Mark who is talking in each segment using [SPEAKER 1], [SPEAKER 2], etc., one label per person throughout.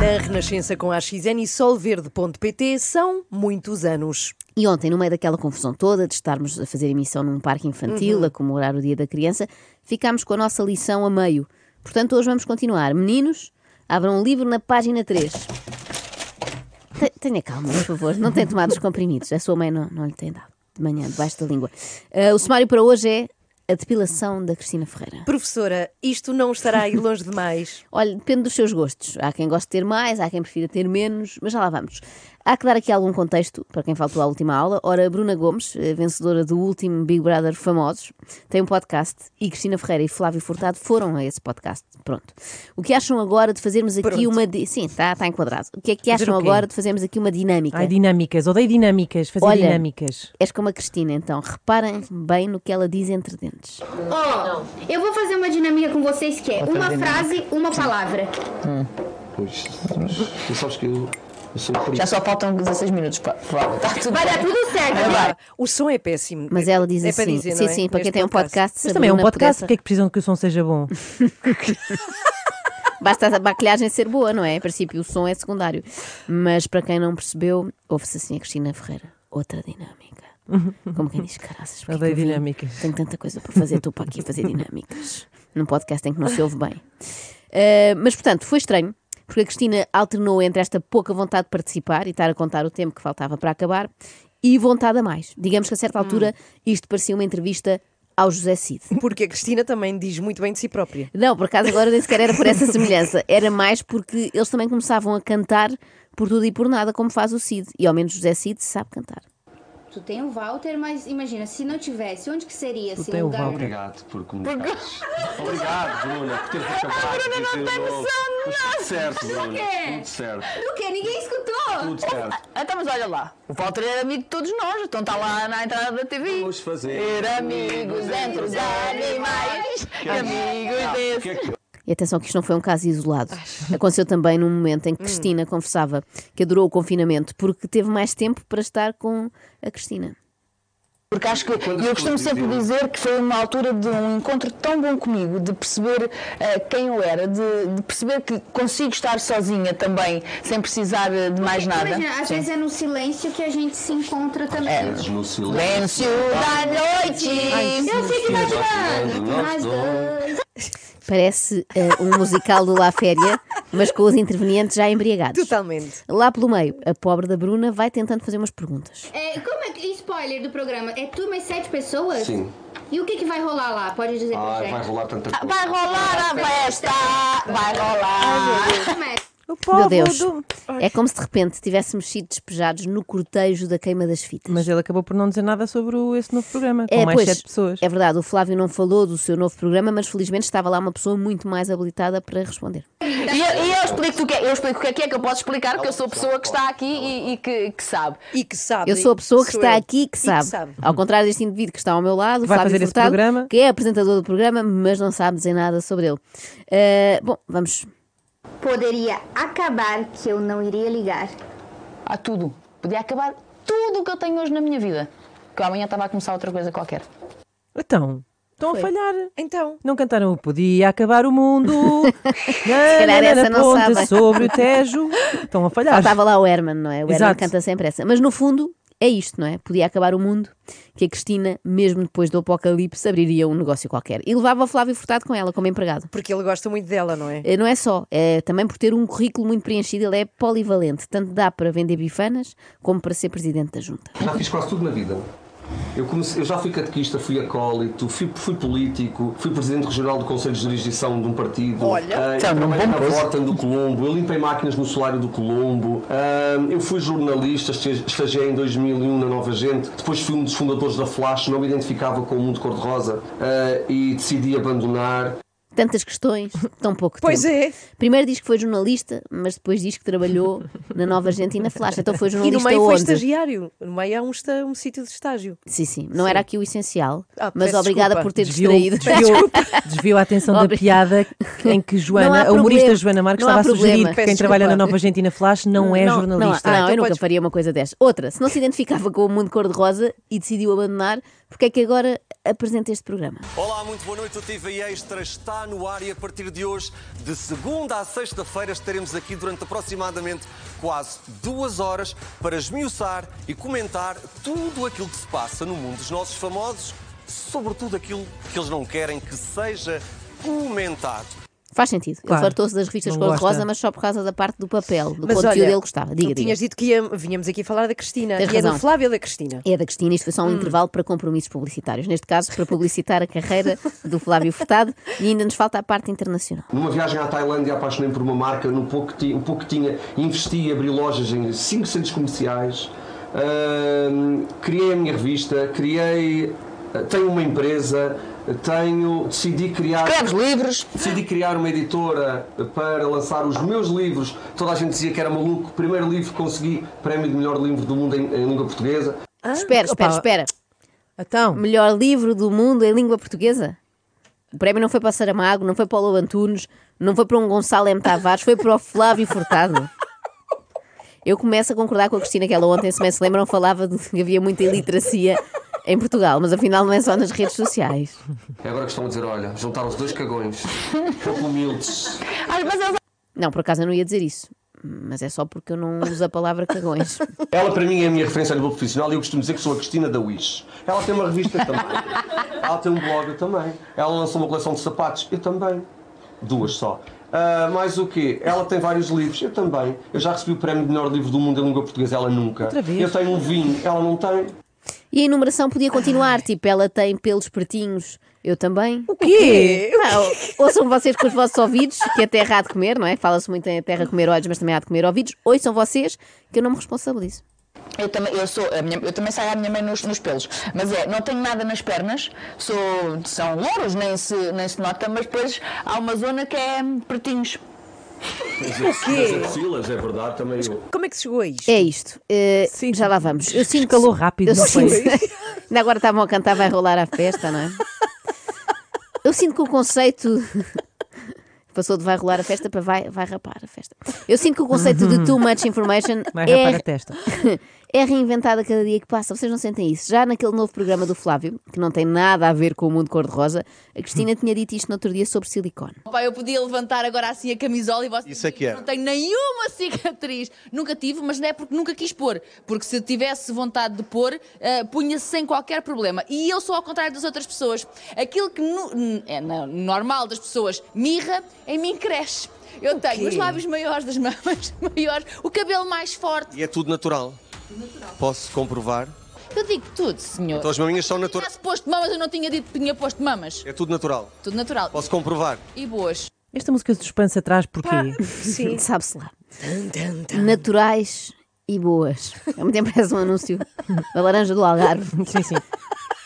[SPEAKER 1] Renascença com a XN e solverde.pt são muitos anos.
[SPEAKER 2] E ontem, no meio daquela confusão toda de estarmos a fazer emissão num parque infantil, a comemorar o Dia da Criança, ficámos com a nossa lição a meio. Portanto, hoje vamos continuar. Meninos, abram um livro na página 3. Te- Tenha calma, por favor. Não tem tomado os comprimidos. A sua mãe não, não lhe tem dado. De manhã, debaixo da língua. Ah, o sumário para hoje é a depilação da Cristina Ferreira.
[SPEAKER 1] Professora, isto não estará aí longe demais.
[SPEAKER 2] Olha, depende dos seus gostos. Há quem goste de ter mais, há quem prefira ter menos, mas já lá vamos. Há que dar aqui algum contexto para quem faltou à última aula. Ora, Bruna Gomes, eh, vencedora do último Big Brother Famosos, tem um podcast e Cristina Ferreira e Flávio Furtado foram a esse podcast. Pronto. O que acham agora de fazermos aqui
[SPEAKER 1] Pronto.
[SPEAKER 2] uma. di- Sim, está tá enquadrado. O que é que
[SPEAKER 3] Fazer
[SPEAKER 2] acham
[SPEAKER 3] o quê?
[SPEAKER 2] agora de fazermos aqui uma dinâmica?
[SPEAKER 3] Ai, dinâmicas, odeio dinâmicas, fazer
[SPEAKER 2] Olha.
[SPEAKER 3] dinâmicas.
[SPEAKER 2] És como a Cristina, então. Reparem bem no que ela diz entre dentes.
[SPEAKER 4] Ó, eu vou fazer uma dinâmica com vocês que é uma frase, uma palavra.
[SPEAKER 5] Pois, tu sabes que eu, eu sou frio.
[SPEAKER 6] Já É, só faltam 16 minutos para Está tudo
[SPEAKER 4] Vai
[SPEAKER 6] bem.
[SPEAKER 4] dar tudo certo.
[SPEAKER 1] O som é péssimo.
[SPEAKER 2] Mas ela diz
[SPEAKER 1] é
[SPEAKER 2] assim.
[SPEAKER 1] Para dizer,
[SPEAKER 2] sim,
[SPEAKER 1] não é?
[SPEAKER 2] sim, para quem
[SPEAKER 1] Neste
[SPEAKER 2] tem um podcast. se
[SPEAKER 3] Mas
[SPEAKER 2] a
[SPEAKER 3] também é um
[SPEAKER 2] Bruna
[SPEAKER 3] podcast,
[SPEAKER 2] pudesse-
[SPEAKER 3] porque é que precisam que o som seja bom?
[SPEAKER 2] Basta a maquilhagem ser boa, não é? Em princípio, o som é secundário. Mas para quem não percebeu, ouve-se assim a Cristina Ferreira. Outra dinâmica. Como quem diz, caraças, porque é que
[SPEAKER 3] Odeio
[SPEAKER 2] eu vim?
[SPEAKER 3] dinâmicas.
[SPEAKER 2] Tenho tanta coisa para fazer, estou para aqui a fazer dinâmicas. Num podcast em que não se ouve bem. Uh, mas, portanto, foi estranho, porque a Cristina alternou entre esta pouca vontade de participar e estar a contar o tempo que faltava para acabar e vontade a mais. Digamos que a certa altura isto parecia uma entrevista ao José Cid.
[SPEAKER 1] Porque a Cristina também diz muito bem de si própria.
[SPEAKER 2] Não, por acaso agora nem sequer era por essa semelhança. Era mais porque eles também começavam a cantar por tudo e por nada, como faz o Cid. E ao menos José Cid sabe cantar.
[SPEAKER 4] Tu tem o Walter, mas imagina, se não tivesse, onde que seria esse
[SPEAKER 3] tem o
[SPEAKER 4] lugar?
[SPEAKER 3] Walter.
[SPEAKER 5] Obrigado por comunicares. Obrigado, Bruna, por ter chamado. A Bruna não tem noção Tudo certo, Bruna.
[SPEAKER 4] quê?
[SPEAKER 5] Tudo certo.
[SPEAKER 4] Do que? Ninguém escutou!
[SPEAKER 5] Tudo certo.
[SPEAKER 6] Então, mas olha lá. O Walter era amigo de todos nós. Então está lá na entrada da TV.
[SPEAKER 5] Vamos fazer um
[SPEAKER 6] Ser amigos entre os animais. Amigos
[SPEAKER 5] Ah, o
[SPEAKER 6] desses.
[SPEAKER 5] que é que-
[SPEAKER 2] E atenção que isto não foi um caso isolado. Aconteceu também num momento em que Cristina confessava que adorou o confinamento porque teve mais tempo para estar com a Cristina.
[SPEAKER 6] Porque acho que e eu costumo sempre dizer que foi uma altura de um encontro tão bom comigo, de perceber eh, quem eu era, de, de perceber que consigo estar sozinha também, sem precisar eh, de mais nada.
[SPEAKER 4] Imagina, às vezes é no silêncio que a gente se encontra também.
[SPEAKER 5] Vezes no silêncio.
[SPEAKER 6] Silêncio da noite.
[SPEAKER 4] Eu sei que tá tirando! Nós dois.
[SPEAKER 2] Parece eh, um musical do La Féria, mas com os intervenientes já embriagados.
[SPEAKER 1] Totalmente.
[SPEAKER 2] Lá pelo meio, a pobre da Bruna vai tentando fazer umas perguntas.
[SPEAKER 4] É, como é que. Spoiler do programa, é turma e sete pessoas?
[SPEAKER 5] Sim.
[SPEAKER 4] E o que, que vai rolar lá? Pode dizer pra
[SPEAKER 5] Ai,
[SPEAKER 4] gente.
[SPEAKER 5] vai rolar tanta coisa.
[SPEAKER 6] Vai rolar a festa, vai rolar.
[SPEAKER 4] Começa.
[SPEAKER 3] O
[SPEAKER 2] Meu
[SPEAKER 3] povo
[SPEAKER 2] Deus,
[SPEAKER 3] do-
[SPEAKER 2] é como se de repente tivéssemos sido despejados no cortejo da queima das fitas.
[SPEAKER 3] Mas ele acabou por não dizer nada sobre o- esse novo programa, com
[SPEAKER 2] É,
[SPEAKER 3] mais
[SPEAKER 2] pois,
[SPEAKER 3] sete pessoas.
[SPEAKER 2] É verdade, o Flávio não falou do seu novo programa, mas felizmente estava lá uma pessoa muito mais habilitada para responder.
[SPEAKER 6] E eu, e eu explico o que é, eu explico o que é que é que eu posso explicar, porque eu sou a pessoa que está aqui e, e que, que sabe.
[SPEAKER 1] E que sabe.
[SPEAKER 2] Eu sou a pessoa que
[SPEAKER 1] sou
[SPEAKER 2] está
[SPEAKER 1] eu.
[SPEAKER 2] aqui e que
[SPEAKER 1] E
[SPEAKER 2] sabe. Ao contrário deste indivíduo que está ao meu lado, o
[SPEAKER 3] Vai
[SPEAKER 2] Flávio
[SPEAKER 3] fazer esse
[SPEAKER 2] Furtado,
[SPEAKER 3] programa.
[SPEAKER 2] que é apresentador do programa, mas não sabe dizer nada sobre ele. Eh, bom, vamos.
[SPEAKER 4] Poderia acabar que eu não iria ligar.
[SPEAKER 6] Há tudo. Podia acabar tudo o que eu tenho hoje na minha vida. Que eu amanhã estava a começar outra coisa qualquer.
[SPEAKER 3] Então, estão a falhar.
[SPEAKER 1] Então,
[SPEAKER 3] Não cantaram o Podia Acabar o Mundo. Se
[SPEAKER 2] calhar essa não sabem.
[SPEAKER 3] sobre o Tejo. Estão a falhar.
[SPEAKER 2] Estava lá o Herman, não é? O Herman
[SPEAKER 3] Exato.
[SPEAKER 2] canta sempre essa. Mas no fundo é isto, não é? Podia acabar o mundo que a Cristina, mesmo depois do apocalipse, abriria um negócio qualquer. E levava o Flávio Furtado com ela como empregado.
[SPEAKER 1] porque ele gosta muito dela, não é?
[SPEAKER 2] Eh, Não é só, é também por ter um currículo muito preenchido, ele é polivalente. Tanto dá para vender bifanas como para ser presidente da junta.
[SPEAKER 5] Já fiz quase tudo na vida. Eu, comecei- eu já fui catequista, fui acólito, fui, fui político, fui presidente regional do Conselho de Jurisdição de um partido. Olha, eu trabalhei na Vorten do Colombo, eu limpei máquinas no solário do Colombo, ah, eu fui jornalista, este- estagiei em 2001 na Nova Gente, depois fui um dos fundadores da Flash, não me identificava com o mundo cor-de-rosa ah, e decidi abandonar.
[SPEAKER 2] Tantas questões, tão pouco
[SPEAKER 1] Pois
[SPEAKER 2] tempo.
[SPEAKER 1] é.
[SPEAKER 2] Primeiro diz que foi jornalista, mas depois diz que trabalhou na Nova Gente e na Flash. Então foi
[SPEAKER 1] E no
[SPEAKER 2] jornalista
[SPEAKER 1] meio foi
[SPEAKER 2] onde?
[SPEAKER 1] estagiário. No meio há um, esta- um sítio de estágio.
[SPEAKER 2] Sim, sim. Não era aqui o essencial,
[SPEAKER 1] Ah,
[SPEAKER 2] mas
[SPEAKER 1] peço
[SPEAKER 2] obrigada
[SPEAKER 1] desculpa.
[SPEAKER 2] por ter
[SPEAKER 3] Desviou,
[SPEAKER 2] distraído.
[SPEAKER 3] desviou, desviou a atenção da
[SPEAKER 2] Obri-
[SPEAKER 3] piada em que
[SPEAKER 2] Não há
[SPEAKER 3] Joana, a
[SPEAKER 2] problema.
[SPEAKER 3] humorista Joana Marques,
[SPEAKER 2] Não há
[SPEAKER 3] estava a sugerir
[SPEAKER 2] problema.
[SPEAKER 3] que
[SPEAKER 1] Peço
[SPEAKER 3] quem trabalha na
[SPEAKER 1] desculpa.
[SPEAKER 3] Nova Gente e na Flash não
[SPEAKER 1] Não, não
[SPEAKER 3] é
[SPEAKER 1] há-
[SPEAKER 3] jornalista.
[SPEAKER 2] Não, há- não,
[SPEAKER 1] Então
[SPEAKER 2] eu nunca
[SPEAKER 1] podes-
[SPEAKER 2] faria uma coisa desta. Outra, se não se identificava com o mundo cor-de-rosa e decidiu abandonar, porque é que agora apresenta este programa?
[SPEAKER 7] Olá, muito boa noite. O TV Extra está está no ar e a partir de hoje, de segunda à sexta-feira, estaremos aqui durante aproximadamente quase duas horas para esmiuçar e comentar tudo aquilo que se passa no mundo dos nossos famosos, sobretudo aquilo que eles não querem que seja comentado.
[SPEAKER 2] Faz sentido. Ele
[SPEAKER 3] Claro.
[SPEAKER 2] fartou-se das revistas
[SPEAKER 3] Não
[SPEAKER 2] cor-de-rosa,
[SPEAKER 3] gosta.
[SPEAKER 2] mas só por causa da parte do papel, do
[SPEAKER 1] Mas
[SPEAKER 2] conteúdo
[SPEAKER 1] olha,
[SPEAKER 2] ele gostava. Diga,
[SPEAKER 1] tu
[SPEAKER 2] diga.
[SPEAKER 1] tinhas dito que ia- vínhamos aqui falar da Cristina.
[SPEAKER 2] Tens
[SPEAKER 1] e é
[SPEAKER 2] razão.
[SPEAKER 1] do Flávio da Cristina.
[SPEAKER 2] É da Cristina, isto foi só um intervalo para compromissos publicitários. Neste caso, para publicitar a carreira do Flávio Furtado e ainda nos falta a parte internacional.
[SPEAKER 5] Numa viagem à Tailândia apaixonei-me por uma marca, no pouco que tinha, pouco que tinha investi e abri lojas em cinco centros comerciais, Ahm, criei a minha revista, criei, eh, tenho uma empresa, tenho, decidi criar...
[SPEAKER 6] Escreves livros,
[SPEAKER 5] Decidi criar uma editora para lançar os meus livros. Toda a gente dizia que era maluco. Primeiro livro que consegui, prémio de melhor livro do mundo em, em língua portuguesa.
[SPEAKER 2] espera, espera,
[SPEAKER 3] opa.
[SPEAKER 2] espera.
[SPEAKER 3] Então,
[SPEAKER 2] Melhor livro do mundo em língua portuguesa? O prémio não foi para Saramago, não foi para o Lobo Antunes, não foi para um Gonçalo M. Tavares, foi para o Flávio Furtado. Eu começo a concordar com a Cristina que ela ontem, se bem se lembram, falava de que havia muita iliteracia em Portugal, mas afinal não é só nas redes sociais.
[SPEAKER 5] É agora que estão a dizer, olha, juntaram os dois cagões. Pouco humildes.
[SPEAKER 6] Ah, mas eles
[SPEAKER 2] Não, por acaso eu não ia dizer isso. Mas é só porque eu não uso a palavra cagões.
[SPEAKER 5] Ela para mim é a minha referência a nível profissional e eu costumo dizer que sou a Cristina da Wish. Ela tem uma revista também. Ela tem um blog, eu também. Ela lançou uma coleção de sapatos, eu também. Duas só. Ah, mais o quê? Ela tem vários livros, eu também. Eu já recebi o prémio de melhor livro do mundo em língua portuguesa, ela nunca.
[SPEAKER 3] Outra vez.
[SPEAKER 5] Eu tenho um vinho, ela não tem.
[SPEAKER 2] E a enumeração podia continuar, tipo, ela tem pelos pretinhos, eu também.
[SPEAKER 1] O quê?
[SPEAKER 2] Não, ouçam vocês com os vossos ouvidos, que a terra há de comer, não é? Fala-se muito em a terra comer olhos, mas também há de comer ouvidos. Ouçam vocês, que eu não me responsabilizo.
[SPEAKER 6] Eu também, eu sou, a minha- eu também saio à minha mãe nos, nos pelos, mas é, não tenho nada nas pernas, sou, são louros, nem se, nem se nota, mas depois há uma zona que é pretinhos.
[SPEAKER 5] O quê? Filas, é verdade, também eu.
[SPEAKER 1] Como é que se chegou a isto?
[SPEAKER 2] É isto. Eh,
[SPEAKER 3] Sim.
[SPEAKER 2] já lá vamos. Eu sinto
[SPEAKER 3] Escalou rápido,
[SPEAKER 2] eu
[SPEAKER 3] não foi?
[SPEAKER 2] sinto- Ainda agora estavam a cantar, vai rolar a festa, não é? Eu sinto que o conceito. Passou de vai rolar a festa para vai, vai rapar a festa. Eu sinto que o conceito de too much information
[SPEAKER 3] vai rapar
[SPEAKER 2] é
[SPEAKER 3] a testa.
[SPEAKER 2] é reinventada a cada dia que passa. Vocês não sentem isso? Já naquele novo programa do Flávio, que não tem nada a ver com o mundo cor-de-rosa, a Cristina tinha dito isto no outro dia sobre silicone.
[SPEAKER 8] Pá, eu podia levantar agora assim a camisola e vocês
[SPEAKER 7] Isso é que era.
[SPEAKER 8] não tenho nenhuma cicatriz. Nunca tive, mas não é porque nunca quis pôr. Porque se tivesse vontade de pôr, ah, punha-se sem qualquer problema. E eu sou ao contrário das outras pessoas. Aquilo que nu- n- é na- normal das pessoas mirra, em mim cresce. Eu tenho os lábios maiores, das mamas maiores, o cabelo mais forte.
[SPEAKER 7] E é tudo natural. Posso comprovar?
[SPEAKER 8] Eu digo tudo, senhor.
[SPEAKER 7] Então as maminhas são
[SPEAKER 8] Se
[SPEAKER 7] naturais.
[SPEAKER 8] tivesse posto mamas, eu não tinha dito que tinha posto mamas.
[SPEAKER 7] É tudo natural.
[SPEAKER 8] Tudo natural.
[SPEAKER 7] Posso comprovar?
[SPEAKER 8] E boas.
[SPEAKER 3] Esta música de suspense atrás, porquê?
[SPEAKER 1] Sim.
[SPEAKER 2] Sabe-se lá. Naturais e boas. É muito parece um anúncio da laranja do Algarve.
[SPEAKER 3] Sim, sim.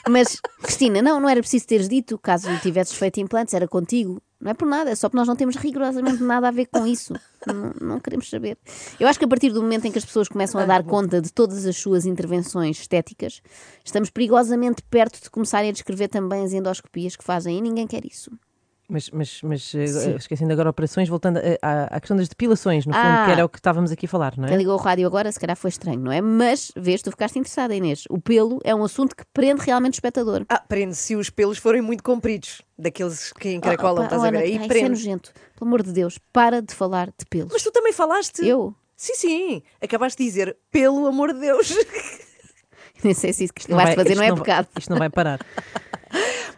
[SPEAKER 2] Mas, Cristina, não, não era preciso teres dito, caso tivesses feito implantes, era contigo. Não é por nada, é só porque nós não temos rigorosamente nada a ver com isso. Não, não queremos saber. Eu acho que a partir do momento em que as pessoas começam a dar conta de todas as suas intervenções estéticas, estamos perigosamente perto de começarem a descrever também as endoscopias que fazem e ninguém quer isso.
[SPEAKER 3] Mas, mas, mas eh, esquecendo agora operações, voltando eh, à, à questão das depilações, no fundo,
[SPEAKER 2] Ah.
[SPEAKER 3] que era o que estávamos aqui a falar, não
[SPEAKER 2] Quem
[SPEAKER 3] é?
[SPEAKER 2] ligou o rádio agora, se calhar foi estranho, não é? Mas, vês, tu ficaste interessada, Inês. O pelo é um assunto que prende realmente o espectador.
[SPEAKER 1] Ah, prende se os pelos forem muito compridos, daqueles que encaracolam,
[SPEAKER 2] Oh,
[SPEAKER 1] estás
[SPEAKER 2] oh,
[SPEAKER 1] a ver?
[SPEAKER 2] Ana,
[SPEAKER 1] Aí
[SPEAKER 2] ai, isso é
[SPEAKER 1] prende.
[SPEAKER 2] nojento. Pelo amor de Deus, para de falar de pelos.
[SPEAKER 1] Mas tu também falaste.
[SPEAKER 2] Eu?
[SPEAKER 1] Sim, sim. Acabaste de dizer, pelo amor de Deus.
[SPEAKER 2] Nem sei se isso que
[SPEAKER 3] vai-
[SPEAKER 2] acabaste de fazer
[SPEAKER 3] isto
[SPEAKER 2] não é
[SPEAKER 3] vai-
[SPEAKER 2] pecado.
[SPEAKER 3] Isto não vai parar.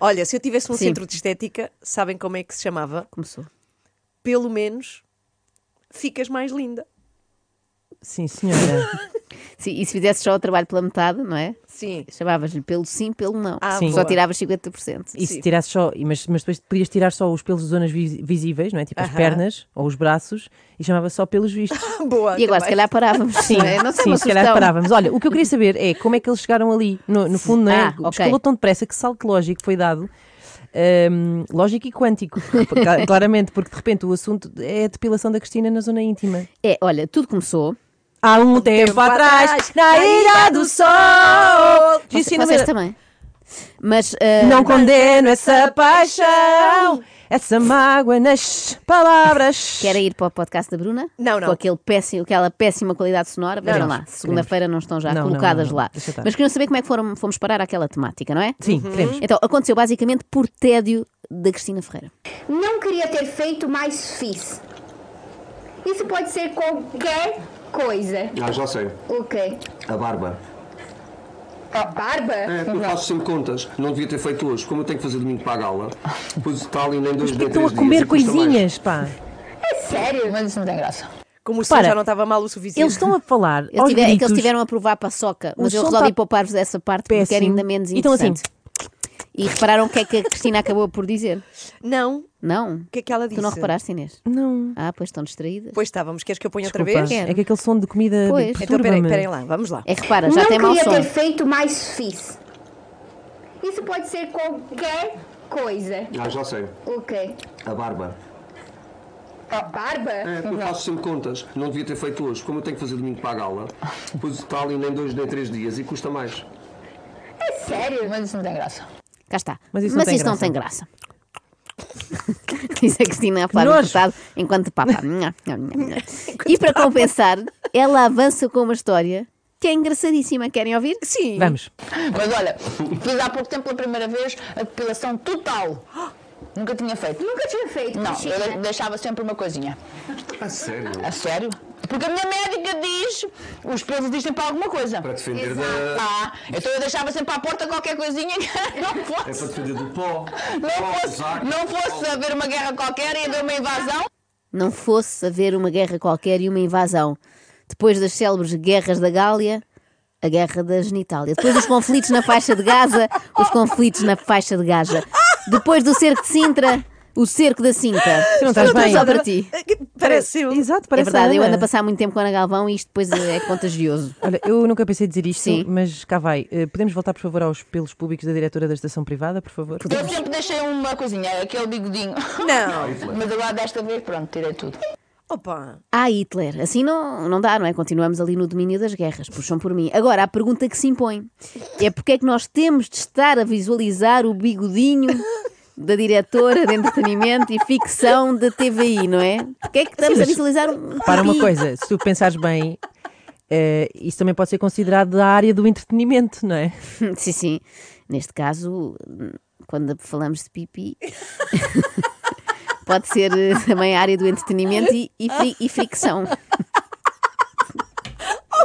[SPEAKER 1] Olha, se eu tivesse um
[SPEAKER 2] Sim.
[SPEAKER 1] centro de estética, sabem como é que se chamava?
[SPEAKER 2] Começou.
[SPEAKER 1] Pelo menos ficas mais linda.
[SPEAKER 3] Sim, senhora.
[SPEAKER 2] Sim, e se fizesse só o trabalho pela metade, não é?
[SPEAKER 1] Sim.
[SPEAKER 2] Chamavas-lhe pelo sim, pelo não.
[SPEAKER 1] Ah,
[SPEAKER 3] Sim.
[SPEAKER 2] Só
[SPEAKER 1] boa.
[SPEAKER 2] tiravas 50%.
[SPEAKER 3] E se
[SPEAKER 1] Sim.
[SPEAKER 3] tirasse só, e mas, mas depois podias tirar só os pelos de zonas vi- visíveis, não é? Tipo as
[SPEAKER 1] Aham.
[SPEAKER 3] pernas ou os braços, e chamava só pelos vistos.
[SPEAKER 1] Boa.
[SPEAKER 2] E agora, se
[SPEAKER 1] acabaste.
[SPEAKER 2] calhar parávamos. não é? não sei,
[SPEAKER 3] sim,
[SPEAKER 2] uma
[SPEAKER 3] se calhar
[SPEAKER 2] sugestão.
[SPEAKER 3] parávamos. Olha, o que eu queria saber é como é que eles chegaram ali, no, no fundo, não é?
[SPEAKER 2] Ah, ok.
[SPEAKER 3] Escalou tão depressa que salto lógico foi dado. Ahm, lógico e quântico, Cla- claramente, porque de repente o assunto é a depilação da Cristina na zona íntima.
[SPEAKER 2] É, olha, tudo começou.
[SPEAKER 3] Há um tempo, atrás, na ilha do sol,
[SPEAKER 2] Vocês, vocês também. Mas, ah,
[SPEAKER 3] Não condeno essa paixão. essa mágoa nas palavras.
[SPEAKER 2] Querem ir para o podcast da Bruna?
[SPEAKER 1] Não, não.
[SPEAKER 2] Com aquele péssimo, aquela péssima qualidade sonora. Vejam
[SPEAKER 3] não,
[SPEAKER 2] lá, segunda-feira não estão já
[SPEAKER 3] Não, não,
[SPEAKER 2] colocadas
[SPEAKER 3] não, não.
[SPEAKER 2] lá.
[SPEAKER 3] Deixa estar.
[SPEAKER 2] Mas queriam saber como é que foram, fomos parar àquela temática, não é?
[SPEAKER 3] Sim,
[SPEAKER 5] Uhum.
[SPEAKER 3] queremos.
[SPEAKER 2] Então, aconteceu basicamente por tédio da Cristina Ferreira.
[SPEAKER 4] Não queria ter feito, mas fiz. Isso pode ser qualquer coisa.
[SPEAKER 5] Ah, já sei.
[SPEAKER 4] O quê?
[SPEAKER 5] A barba.
[SPEAKER 4] A barba?
[SPEAKER 5] É, eu faço sempre contas. Não devia ter feito hoje. Como eu tenho que fazer domingo para a gala, pus está ali nem
[SPEAKER 3] Mas
[SPEAKER 5] dois
[SPEAKER 3] porquê
[SPEAKER 5] nem
[SPEAKER 3] que estão a
[SPEAKER 5] três
[SPEAKER 3] comer
[SPEAKER 5] dias e custa mais.
[SPEAKER 3] coisinhas, pá?
[SPEAKER 4] É sério?
[SPEAKER 6] Mas isso não tem graça.
[SPEAKER 1] Como o som
[SPEAKER 3] Para.
[SPEAKER 1] já não estava mal o suficiente.
[SPEAKER 3] Eles estão a falar.
[SPEAKER 2] Eles
[SPEAKER 3] aos
[SPEAKER 2] tiver- é que
[SPEAKER 3] gritos.
[SPEAKER 2] eles tiveram a provar para a soca, mas eu
[SPEAKER 3] som
[SPEAKER 2] resolvi
[SPEAKER 3] tá
[SPEAKER 2] poupar-vos essa parte porque era
[SPEAKER 3] péssimo.
[SPEAKER 2] ainda um menos
[SPEAKER 3] Então, assim.
[SPEAKER 2] interessante. E repararam o que é que a Cristina acabou por dizer?
[SPEAKER 1] Não, o
[SPEAKER 2] Não?
[SPEAKER 1] que é que ela disse?
[SPEAKER 2] Tu não reparaste, Inês?
[SPEAKER 3] Não.
[SPEAKER 2] Ah, pois estão distraídas.
[SPEAKER 1] Pois estávamos, queres que eu ponha outra
[SPEAKER 3] Desculpa.
[SPEAKER 1] vez?
[SPEAKER 2] Quero.
[SPEAKER 3] É que aquele som de comida
[SPEAKER 2] Pois.
[SPEAKER 1] Então peraí,
[SPEAKER 3] perturba-me.
[SPEAKER 1] peraí lá, vamos lá.
[SPEAKER 2] É que repara, já
[SPEAKER 4] não
[SPEAKER 2] tem mau
[SPEAKER 4] queria
[SPEAKER 2] som.
[SPEAKER 4] ter feito, mas fiz. Isso pode ser qualquer coisa.
[SPEAKER 5] Ah, já sei.
[SPEAKER 4] O quê?
[SPEAKER 5] A barba.
[SPEAKER 4] A barba?
[SPEAKER 5] É, eu faço sempre contas. Não devia ter feito hoje. Como eu tenho que fazer domingo para a gala, pus está ali nem dois nem três dias e custa mais.
[SPEAKER 4] É sério?
[SPEAKER 6] Mas isso não tem graça.
[SPEAKER 2] Cá está.
[SPEAKER 3] Mas isso não tem graça.
[SPEAKER 2] tem graça. Diz a Cristina a falar
[SPEAKER 3] nojo.
[SPEAKER 2] cortado enquanto papa. Nhá, nhá, nhá, nhá. e para compensar, ela avança com uma história que é engraçadíssima. Querem ouvir?
[SPEAKER 1] Sim.
[SPEAKER 3] Vamos.
[SPEAKER 6] Mas olha, fiz há pouco tempo pela primeira vez a depilação total. Nunca tinha feito.
[SPEAKER 4] Nunca tinha feito.
[SPEAKER 6] Não,
[SPEAKER 4] Cristina.
[SPEAKER 6] eu de- deixava sempre uma coisinha.
[SPEAKER 5] A sério?
[SPEAKER 6] A sério? Porque a minha médica diz, os pelos existem para alguma coisa.
[SPEAKER 5] Para defender da.
[SPEAKER 6] Ah, então eu deixava sempre à porta qualquer coisinha que não
[SPEAKER 5] É para
[SPEAKER 6] fosse,
[SPEAKER 5] defender do pó.
[SPEAKER 6] não
[SPEAKER 5] Pó,
[SPEAKER 6] fosse,
[SPEAKER 5] saco,
[SPEAKER 6] não
[SPEAKER 5] pó.
[SPEAKER 6] fosse haver uma guerra qualquer e haver uma invasão.
[SPEAKER 2] Não fosse haver uma guerra qualquer e uma invasão. Depois das célebres guerras da Gália, a guerra da genitália. Depois dos conflitos na faixa de Gaza, os conflitos na faixa de Gaza. Depois do cerco de Sintra, o cerco da Cinta.
[SPEAKER 3] Tu não estás bem.
[SPEAKER 2] Só para ti.
[SPEAKER 1] Parece eu.
[SPEAKER 3] Exato,
[SPEAKER 2] É
[SPEAKER 3] parece
[SPEAKER 2] verdade,
[SPEAKER 3] a
[SPEAKER 2] eu
[SPEAKER 3] Ana.
[SPEAKER 2] ando a passar muito tempo com a Ana Galvão e isto depois é contagioso.
[SPEAKER 3] Olha, eu nunca pensei dizer isto,
[SPEAKER 2] Sim.
[SPEAKER 3] mas cá vai. Eh, Podemos voltar, por favor, aos pelos públicos da diretora da estação privada, por favor?
[SPEAKER 6] Eu sempre deixei uma coisinha, é aquele bigodinho.
[SPEAKER 1] Não.
[SPEAKER 6] Mas agora desta vez, pronto, tirei tudo.
[SPEAKER 1] Opa.
[SPEAKER 2] Ah, Hitler, assim não, não dá, não é? Continuamos ali no domínio das guerras, puxam por mim. Agora, a pergunta que se impõe é porque é que nós temos de estar a visualizar o bigodinho da diretora de entretenimento e ficção da TVI, não é? Porque é que estamos a visualizar um
[SPEAKER 3] Para uma
[SPEAKER 2] pipi?
[SPEAKER 3] coisa, se tu pensares bem, eh, isso também pode ser considerado a área do entretenimento, não é?
[SPEAKER 2] Sim, sim. Neste caso, quando falamos de pipi, pode ser eh, também a área do entretenimento e, e, fi- e ficção.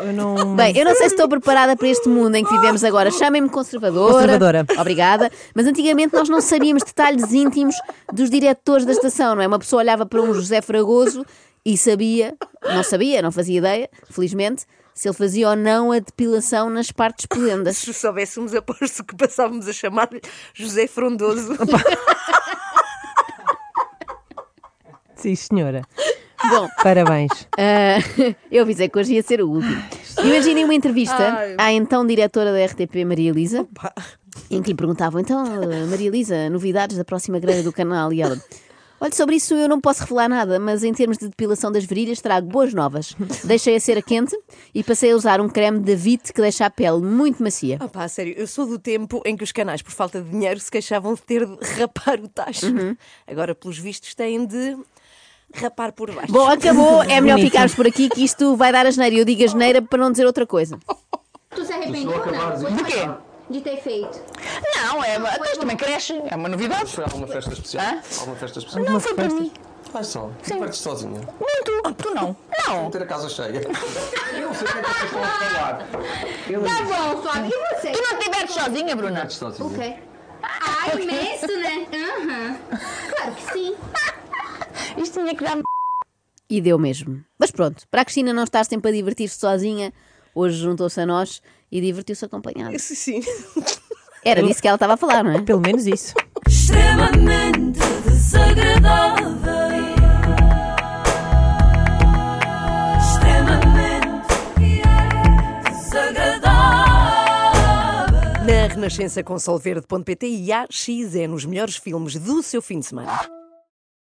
[SPEAKER 3] Eu não.
[SPEAKER 2] Bem, eu não sei se estou preparada para este mundo em que vivemos agora. Chamem-me conservadora.
[SPEAKER 3] Conservadora.
[SPEAKER 2] Obrigada. Mas antigamente nós não sabíamos detalhes íntimos dos diretores da estação, não é? Uma pessoa olhava para um José Fragoso e sabia, não sabia, não fazia ideia, felizmente, se ele fazia ou não a depilação nas partes polendas.
[SPEAKER 1] Se soubéssemos, aposto que passávamos a chamar-lhe José Frondoso.
[SPEAKER 3] Sim, senhora.
[SPEAKER 2] Bom,
[SPEAKER 3] Parabéns.
[SPEAKER 2] Ah, eu avisei que hoje ia ser o último. Imaginem uma entrevista
[SPEAKER 1] Ai.
[SPEAKER 2] à então diretora da RTP, Maria Elisa, em que lhe perguntavam: então, eh, Maria Elisa, novidades da próxima grelha do canal? E ela. Olha, sobre isso eu não posso revelar nada, mas em termos de depilação das virilhas trago boas novas. Deixei a cera quente e passei a usar um creme de Vite que deixa a pele muito macia.
[SPEAKER 1] Ah pá, sério, eu sou do tempo em que os canais, por falta de dinheiro, se queixavam de ter de rapar o tacho. Agora, pelos vistos, têm de rapar por baixo.
[SPEAKER 2] Bom, acabou, é melhor
[SPEAKER 3] Bonito.
[SPEAKER 2] ficarmos por aqui que isto vai dar a geneira. Eu digo a geneira para não dizer outra coisa.
[SPEAKER 4] Tu se arrependeu ou não?
[SPEAKER 5] acabares
[SPEAKER 4] Foi
[SPEAKER 5] de-
[SPEAKER 4] ou
[SPEAKER 6] quê?
[SPEAKER 4] não? De ter feito.
[SPEAKER 6] Não, é, até isto também cresce, é uma novidade.
[SPEAKER 5] Foi alguma festa especial?
[SPEAKER 6] Hã?
[SPEAKER 5] Alguma festa especial?
[SPEAKER 6] Não foi para mim.
[SPEAKER 5] Vai só. Partes sozinha.
[SPEAKER 6] Nem tu, tu não. Não.
[SPEAKER 5] Vou ter a casa cheia. Eu não sei o que é que vocês estão a falar. Eu não
[SPEAKER 4] Tá bom, Flávio. E você?
[SPEAKER 6] Tu não estiveste sozinha, Bruna.
[SPEAKER 5] partes sozinha.
[SPEAKER 4] O quê? Ah, imenso, né? Aham. Claro que sim.
[SPEAKER 6] Isto tinha que dar
[SPEAKER 2] E deu mesmo. Mas pronto, para a Cristina não estar sempre a divertir-se sozinha, hoje juntou-se a nós e divertiu-se acompanhada.
[SPEAKER 1] Isso sim.
[SPEAKER 2] Era disso que ela estava a falar, não é?
[SPEAKER 3] Pelo menos isso.
[SPEAKER 9] extremamente desagradável. Extremamente desagradável.
[SPEAKER 1] Na Renascença com Solverde.pt e AXN, os melhores filmes do seu fim de semana.